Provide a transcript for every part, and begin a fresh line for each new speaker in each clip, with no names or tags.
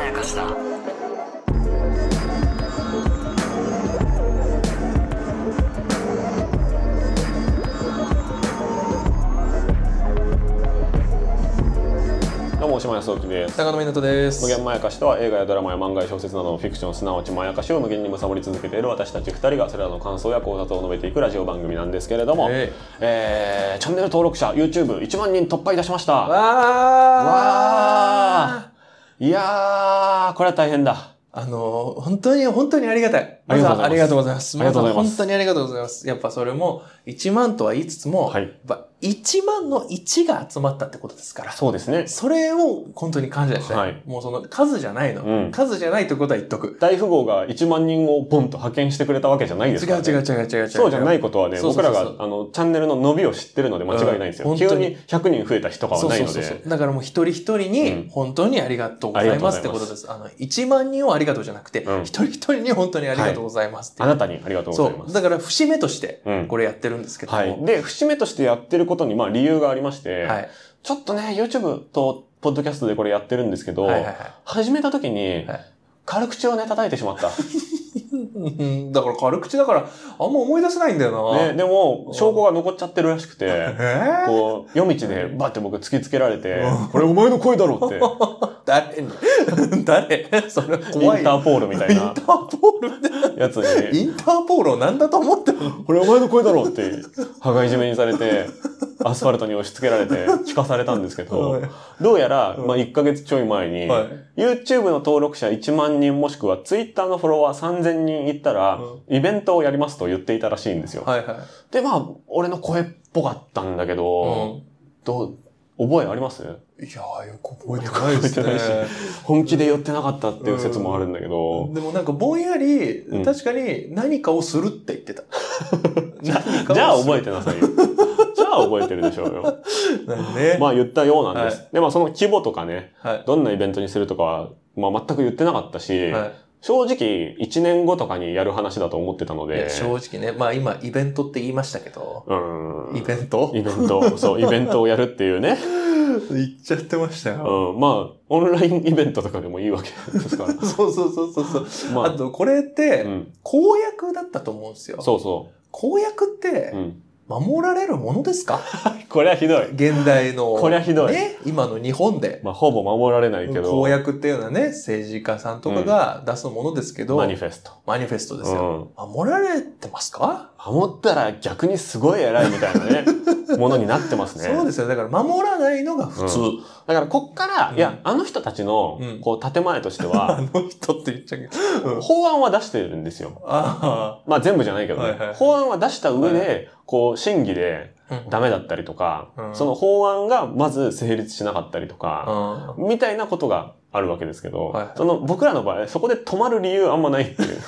やかしだ
どうも大島康之です
高野湊です。
無限まやかしとは映画やドラマや漫画や小説などのフィクションすなわちまやかしを無限に貪り続けている私たち2人がそれらの感想や考察を述べていくラジオ番組なんですけれども、え
え
ーチャンネル登録者 YouTube1 万人突破いたしました
わ
わあ
あ
いやーこれは大変だ
あのー、本当に、本当にありがたい。
ありがとうございます
ありがとうご
ありがとうござ
ざいます。
います
皆さん本当にありがとうございます。やっぱそれも、1万とは言いつつも、
はい
やっぱ1万の1が集まったってことですから。
そうですね
それを本当に感謝したい。
はい
もうその数じゃないの、
うん
数じゃないってことは言っとく。
大富豪が1万人をボンと派遣してくれたわけじゃないで
違
す
う
から、ね、
違う違う違う違う。
そうじゃないことはね、
そうそ
僕
うそ
ら
うそう
があのチャンネルの伸びを知ってるので間違いないんですよ。
うん
急
本当
に
に
100人増えた日とかはないの
そうそうそう
で
そ。うだからもう一人一人
うん
に本当にありがとうございますってことです。あの、1万人をありがとうじゃなくて、
うん
一人一人に本当にありがとうございますってい
あ
う
なたにありがとうございま
そう。
す。
だから節目として
うん、
これやってるんですけども。
はい。で、節目としてやってることに、まあ理由がありまして、
はい。
ちょっとね、YouTube と、ポッドキャストでこれやってるんですけど、
はいはい
始めた時に
はい、
軽口をね、叩いてしま った。
はい。だから軽口だから、あんま思い出せないんだよな。
ね、でも、証拠が残っちゃってるらしく
え
て、
ー
こう、夜道でバッて僕突きつけられて
う、
これお前の声だろって、
誰 に誰そ
イ
れ
ン
怖い。
ターポールみたい
イン
な
ターポールで
やつに、
インターポールを何だと思ってるの
これお前の声だろうって、羽交い締めにされて、アスファルトに押し付けられて、聞かされたんですけ
は
ど
い、
どうやら、
うん
まあ1ヶ月ちょい前に、
はい
YouTube の登録者1万人もしくは Twitter のフォロワー3000人いったら、イベントをやりますと言っていたらしいんですよ。
はいはい。
で、まあ、俺の声っぽかったんだけど、どう、覚えあります
うんいやー、よく覚えてないです
よく覚えてな
ね。
本気で言ってなかったっていう説もあるんだけど、
でもなんかぼんやり
うん、
確かに何かをするって言 ってた。何か
じゃあ
をす
覚
る
えてな さいよ。じゃあ覚えてるでしょうよ。
ね。
まあ言ったようなんです。
は
で、まあその規模とかね、
はい。
どんなイベントにするとかは、まあ、全く言ってなかったし、
はい
正直1年後とかにやる話だと思ってたの
いや
で、
正直ね、まあ今イベントって言いましたけど、
うん、
イベント
イベント、 そう、イベントをやるっていうね。
言っちゃってまし
う。
た
ん、まあ、オンラインイベントとかでもいいわけですから。
そうそうそうそうそう。
ま
あ
あ、
とこれって、
うん、
公約だったと思うんですよ。
そうそ
公約っ
う、
て
うん。
守られるものですか
これはひどい。
現代の。
こりゃひどい
ね、今の日本で。
まあ、ほぼ守られないけど、
公約っていうのはね、政治家さんとかが出すものですけど、
マニフェスト。
マニフェストですよ。
う
守られてますか、
ん。守ったら逆にすごい偉いみたいな ね、ものになってますね。
そうですよ。だから守らないのが普通。
うんだからこっから、
うん
いや、あの人たちの
う、ん
こう、建前としては、
あの人って言っちゃうけど。うん
法案は出してるんですよ。
あ
まあ全部じゃないけどね。
はいはい
法案は出した上で、
は
こう、審議で
あ。うん
ダメだったりとか、
うん
その法案がまず成立しなかったりとか、
あ
みたいなことがあるわけですけど、
はいはい
その僕らの場合、そこで止まる理由あんまないって いう。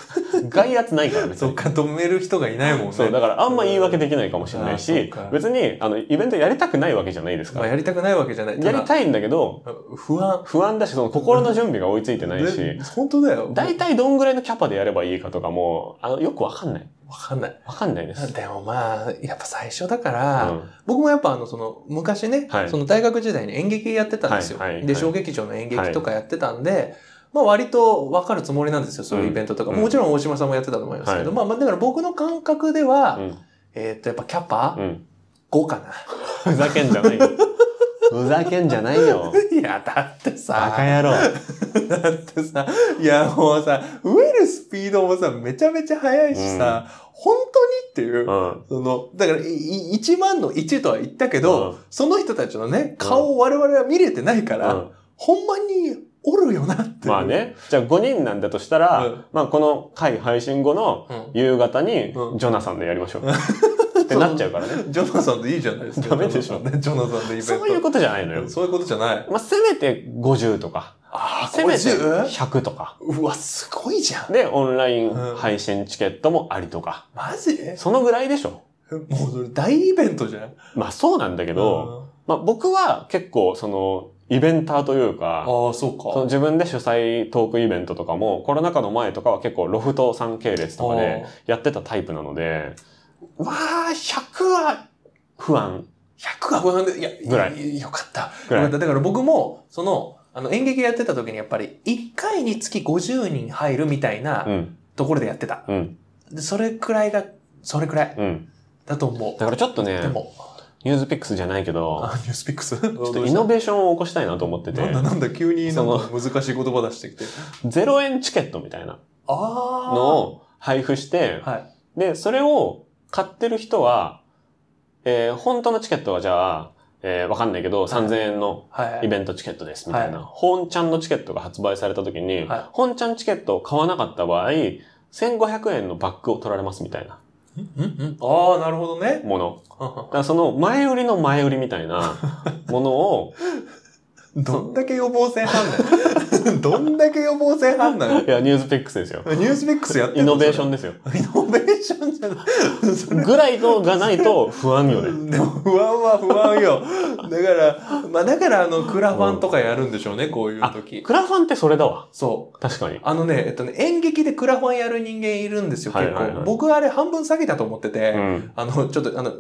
外圧ないからね。
そっか、止める人がいないもんね。
そう、だからあんま言い訳できないかもしれない
あーそ
し
っか、
別に、あの、イベントやりたくないわけじゃないですか
まあ、
ら。
やりたくないわけじゃない。
やりたいんだけど、
ただ不安。
不安だし、その心の準備が追いついてないし
ね、本当だよ。
大体どんぐらいのキャパでやればいいかとかも、あの、よくわかんない。
わかんない。
わかんないです。
でもまあ、やっぱ最初だか
う
ら、
ん
僕もやっぱあの、その、昔ね、
はい
その大学時代に演劇やってたんですよ。
はいはい
で、
はい
小劇場の演劇とかやってたんで、まあ割と分かるつもりなんですよ、そういうイベントとか。
うん
もちろん大島さんもやってたと思いますけど、
はい
まあまあだから僕の感覚では、
うん
えーっと、やっぱキャパ
うん、
5かな。
ふざけんじゃないよ。 ふざけんじゃないよ。
いや、だって
バ
さ、
カ野郎。
だってさ、いやもうさ、増えるスピードもさ、めちゃめちゃ速いしさ、本当にっていう。
うん。
その、だから、いい1万の1とは言ったけど、
うん
その人たちのね、顔を我々は見れてないか
う
ら、
ん、
ほんまにおるよなって。
まあ。ね。じゃあ5人なんだとしたら、
うん
まあこの回配信後の
う
夕方に
うん
ジョナサンでやりましょう。 ってなっちゃうからね。
ん。ジョナサンでいいじゃないですか。
ダメでしょ
ジョナサンねジョナサンでイベント。
そういうことじゃないのよ。
そういうことじゃない。
まあせめて50とか、
あ
せめて
50?
100とか。
うわ、すごいじゃん。
で、オンライン
うん
配信チケットもありとか。
マジ
そのぐらいでしょ。
もうそれ大イベントじゃん。
まあそうなんだけど、まあ僕は結構その、イベンターという
あ
か、
あ、そう
その
か。
自分で主催トークイベントとかも、コロナ禍の前とかは結構ロフト3系列とかでやってたタイプなので、まあ、100は不安。
100が不安で、いや、
ぐら
い。よかった。
ぐらい
よかった。だから僕も、その、あの演劇やってた時にやっぱり1回につき50人入るみたいな
うん。
ところでやってた。
うん。
でそれくらいが、それくらい
うん。
だと思
だからちょっとね
う。で、も、
ニュースピックスじゃないけど、
あニュースピックスちょっ
ちょっとイノベーションを起こしたいなと思ってて
なん、だなんだ、急になんか
そ
難しい言葉出してきて。
0円チケットみたいな
ああ。
のを配布して、
はい。
で、それを買ってる人は、えー本当のチケットはじゃあ、えーわかんないけど、3000円の
はい。
イベントチケットです、みたいな。
は
本ちゃんのチケットが発売された時に、
はい
本ちゃんチケットを買わなかった場合、1500円のバッグを取られますみたいな
うんうんああ、なるほどね。
もの。だ
う
からその前売りの前売りみたい なものを、
んどんだけ予防線反 応どんだけ予防線反応
いや、ニュースピックスですよ。
ニュースピックスやって
イ
んの
ノベーショ
ン。
ンですよ。
それイノベーションじゃない。それ
ぐらいのがないと不安よね。
でも不安は不安よ。だから、まあだからあの、クラファンとかやるんでしょうね、こういう
あ
時。
クラファンってそれだわ。
そう。
確かに。
あのね、えっとね、演劇でクラファンやる人間いるんですよ、
はい
結
はい
構。
はい
僕あれ半分下げたと思ってて。
うん。
あの、ちょっと、あの、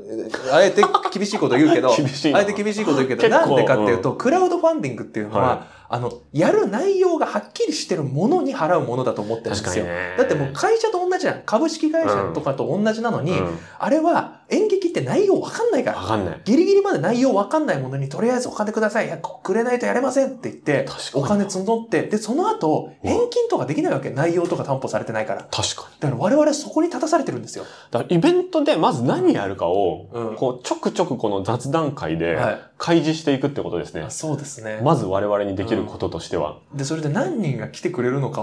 あえて厳しいこと言うけ ど、
厳しいな
あえて厳しいこと言うけど、
結
な
構
んでかっていうと、クラウドファンディングっていうのは、
は
あの、やる内容がはっきりしてるものに払うものだと思ってるんで
確か
す
に
よ。
ね。
だってもう会社と同じじゃん。株式会社とかと同じなのに、
うん
あれは演劇って内容わかんないか
わ
ら、
かんない。
ギリギリまで内容わかんないものに、とりあえずお金ください。いや、くれないとやれませんって言って、
確かに
お金募って、で、その後、
うん
返金とかできないわけ。内容とか担保されてないから。
確かに。
だから我々そこに立たされてるんですよ。
だからイベントでまず何やるかを、
うん
こう、ちょくちょくこの雑談会で
はい
開示していくってことですね
あ。そうですね。
まず我々にできることとしては。
で、それで何人が来てくれるのか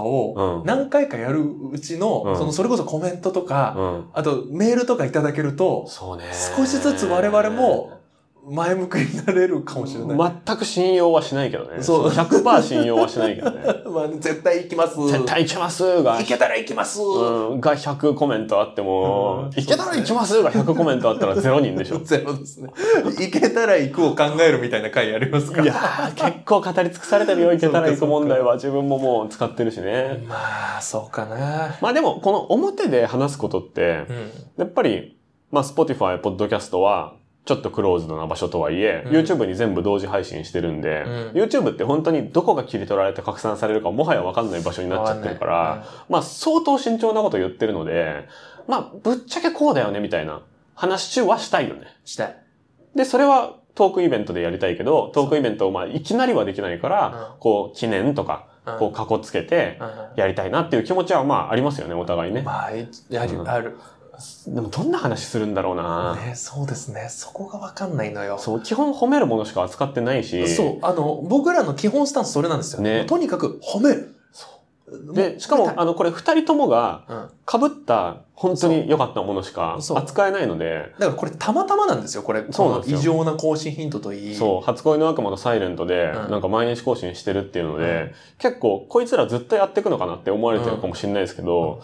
うん。
を、何回かやるうちの、
うん
その、それこそコメントとか、
うん。
あと、メールとかいただけると、
そうね。
少しずつ我々も、前向きになれるかもしれない。
全く信用はしないけどね。
そう
100%信用はしないけど ね。
まあ、絶対行きます。
絶対行けますが
行、けたら行きます。
うん、が100コメントあっても、
うん
行けたら行きますが100コメントあったら0人でしょ。
ゼロですね。行けたら行くを考えるみ たいな回やりますか
いやー、結構語り尽くされてるよ、行けたら行く問題は。自分ももう使ってるしね。
まあ、そうかな。
まあでも、この表で話すことって
う、ん。
やっぱり、まあ、Spotify、Podcast は、ちょっとクローズドな場所とはいえ、
うん
YouTube に全部同時配信してるんで、
うん
YouTube って本当にどこが切り取られて拡散されるかもはやわかんない場所になっちゃってるから、まあ、相当慎重なこと言ってるので、まあ、ぶっちゃけこうだよね、みたいな話はしたいよね。
うん。したい。
で、それはトークイベントでやりたいけど、トークイベントをまあ、いきなりはできないから、
うん
こう、記念とか、
うん
こう、かこつけて
う、ん
やりたいなっていう気持ちはまあ、ありますよね、お互いね。
まあ、やる、
うん
ある。
でも、どんな話するんだろうな
ね、そうですね。そこがわかんないのよ。
そう、基本褒めるものしか扱ってないし。
そう。あの、僕らの基本スタンスそれなんですよ。
ね
とにかく褒める。
うで、しかも、
あ、
あの、これ二人ともが
うん。
被った本当に良かったものしか
そう
扱えないので、
だからこれたまたまなんですよ、これ。
そうなんですよ
この異常な更新ヒントといい。
そう、初恋の悪魔とサイレントで、
うん
なんか毎日更新してるっていうの
う
で、結構、こいつらずっとやっていくのかなって思われてるかもしれないですけど、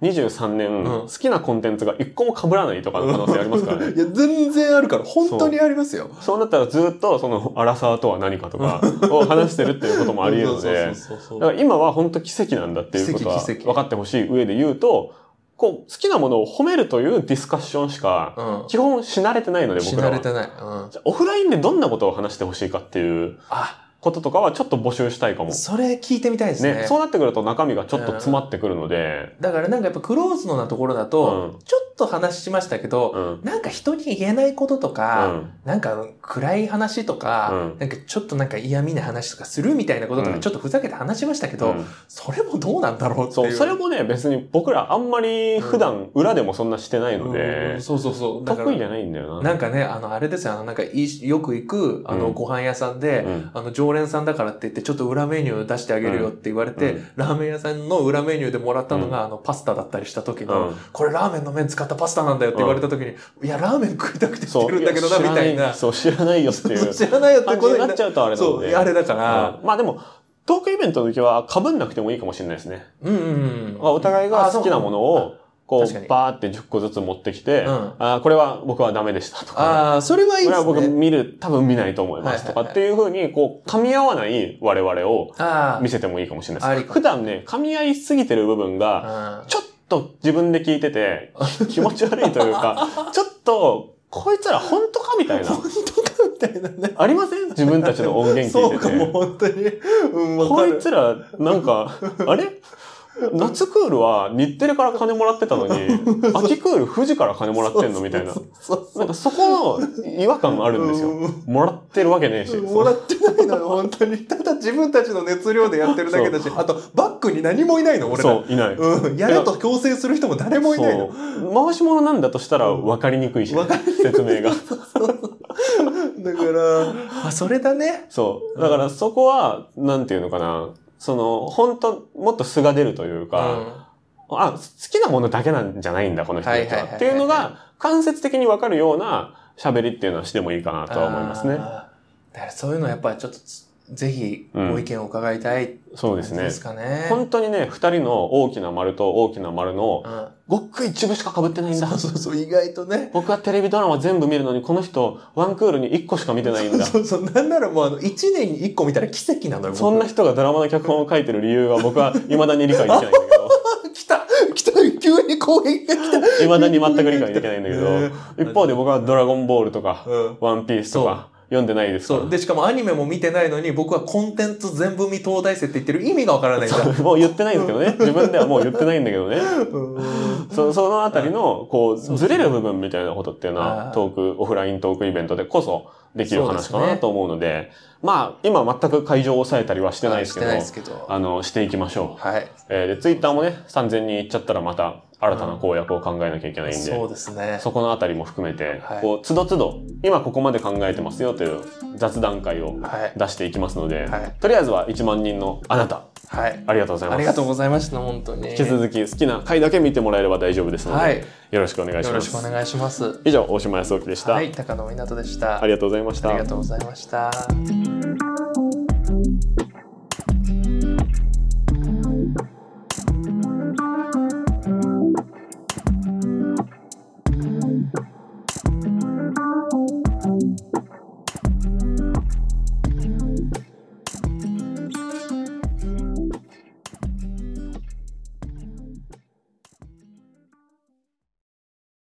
2023年、
うん
好きなコンテンツが一個も被らないとかの可能性ありますから ね。
いや、全然あるから、本当にありますよ。
そうなったらずっと、その、アラサーとは何かとか を話してるっていうこともあり得るので、
そうそうそう
だ
そう
から今は本当奇跡なんだっていうことは
奇跡奇跡
分かってほしい上で言うと、こう、好きなものを褒めるというディスカッションしか、
うん。
基本しなれてないので
死
僕ら
なれ
は。
てない。うん。
じゃあオフラインでどんなことを話してほしいかっていう
あ、
こととかはちょっと募集したいかも。
それ聞いてみたいですね。
ね、そうなってくると中身がちょっと詰まってくるので、
だからなんかやっぱクローズのなところだと、
う
ちょっと話しましたけど、
うん。うん。
なんか人に言えないこととか、なんかあの暗い話とか、
うん
なんかちょっとなんか嫌味な話とかするみたいなこととか、
うん
ちょっとふざけて話しましたけど、
うん
それもどうなんだろうって
そ、
いうう。
それもね、別に僕らあんまり普段裏でもそんなしてないの
う
で
ん、そうそうそう。だから
得意じゃないんだよ
な
な。
んかね、あの、あれですよ、あの、なんかいい、よく行く、あ
う
の、
ん
ご飯屋さんで、
うん
あの、常連さんだからって言って、ちょっと裏メニュー出してあげるよって言われて、
うんうん
ラーメン屋さんの裏メニューでもらったのが、あの、パスタだったりした時の、
うん
これラーメンの麺使ったパスタなんだよって言われた時に、いや、ラーメン食いたくて来て
そう。
るんだけどな、みたいな。
そう、知らないよ っていう。
知らないよって
感
こ
じに
とに
な
な
っちゃうとあれな
そ
の
う、
で。
あれだから、
うんまあでも、トークイベントの時は被んなくてもいいかもしれないですね。
うんうんうん。
まあお互いが好きなものを、こ
確かに
う、バーって10個ずつ持ってきて、
うん
あーこれは僕はダメでしたとか、
ああ、それはいい
こ
で
れは
す
僕
ね。
見る、多分見ないと思いますとか
はい
っ
は
ていうふうに、こう、噛み合わない我々を
あ
見せてもいいかもしれ
あ
ない
あ
で
り
す。
かも
普段ね、噛み合いすぎてる部分が、
あ、
ちょっと自分で聞いて て、気持ち悪いというか、ちょっと、こいつら本当かみたいな。
うん。本当かみたいなね。
ありません自分たちの音源
そ
聞
う
いて
かも、
て。
本当に。うん、わ
こ
か
い
る。
つら、なんか、あれ夏クールは日テレから金もらってたのに、 秋クール富士から金もらってんのみたいな
そ。うそうそう
なんかそこの違和感があるんですよ。
う
もらってるわけねえし。
んもらってないのよ、本当に。ただ自分たちの熱量でやってるだけだし、あと、バックに何もいないの、俺ら。
そう、いない。
うん、やれと強制する人も誰もいないの。
そう回し物なんだとしたら分かりにくいし、
分か
説明が。
だから、あ、それだね。
そう。だからそこは、なんていうのかな。その、本当もっと素が出るというか、あ、好きなものだけなんじゃないんだ、この人たち
はいはいはいはいは
は。
い
っていうのが、間接的に分かるような喋りっていうのはしてもいいかなとは思いますね。
あーだからそういうのやっぱりちょっとつぜひ
うん
ご意見を伺いたい
そう
で
ですすね。
かね。
本当にね、二人の大きな丸と大きな丸の、
う
ごっく一部しか被ってないん
ん
だ
そ。うそうそう、意外とね。
僕はテレビドラマ全部見るのに、この人、ワンクールに一個しか見てないんだ。
そうそう、なんならもうあの、一年に一個見たら奇跡なのよ。僕
そんな人がドラマの脚本を書いてる理由は僕は未だに理解できないんだけ ど。
来た来た急に攻撃が来た
未だに全く理解できないんだけど、一方で僕はドラゴンボールとか、
うん。
ワンピースとか、読んでないですか
そう。
ら。
で、しかもアニメも見てないのに、僕はコンテンツ全部見東大生って言ってる意味がわからないじゃんだ。
そう もう言ってないんですけどね。自分ではもう言ってないんだけどね。
うん
そそのあたりの、こう、
そう
ずれる部分みたいなことっていうの
あ
は
ー、
トーク、オフライントークイベントでこそできる話か
そうです
な
ね
と思うので、まあ、今全く会場を抑えたりはしてないですけど、
してない
あ
ですけど。
の、していきましょう。
はい。
えーで、ツイッターもね、3000人いっちゃったらまた新たな公約を考えなきゃいけないんで、
そうですね。
そこのあたりも含めて、
はい
こう、つどつど、今ここまで考えてますよという雑談会を
はい。
出していきますので、
はい
とりあえずは1万人のあなた、
はい。
ありがとうございます。
ありがとうございました、本当に。
引き続き好きな回だけ見てもらえれば大丈夫ですので、
はい。
よろしくお願いし
よ
ま
ろしくお
す。
願いします。
以上、大島康之でした。
はい、高野湊斗でした。
ありがとうございました
あり。がとうございました。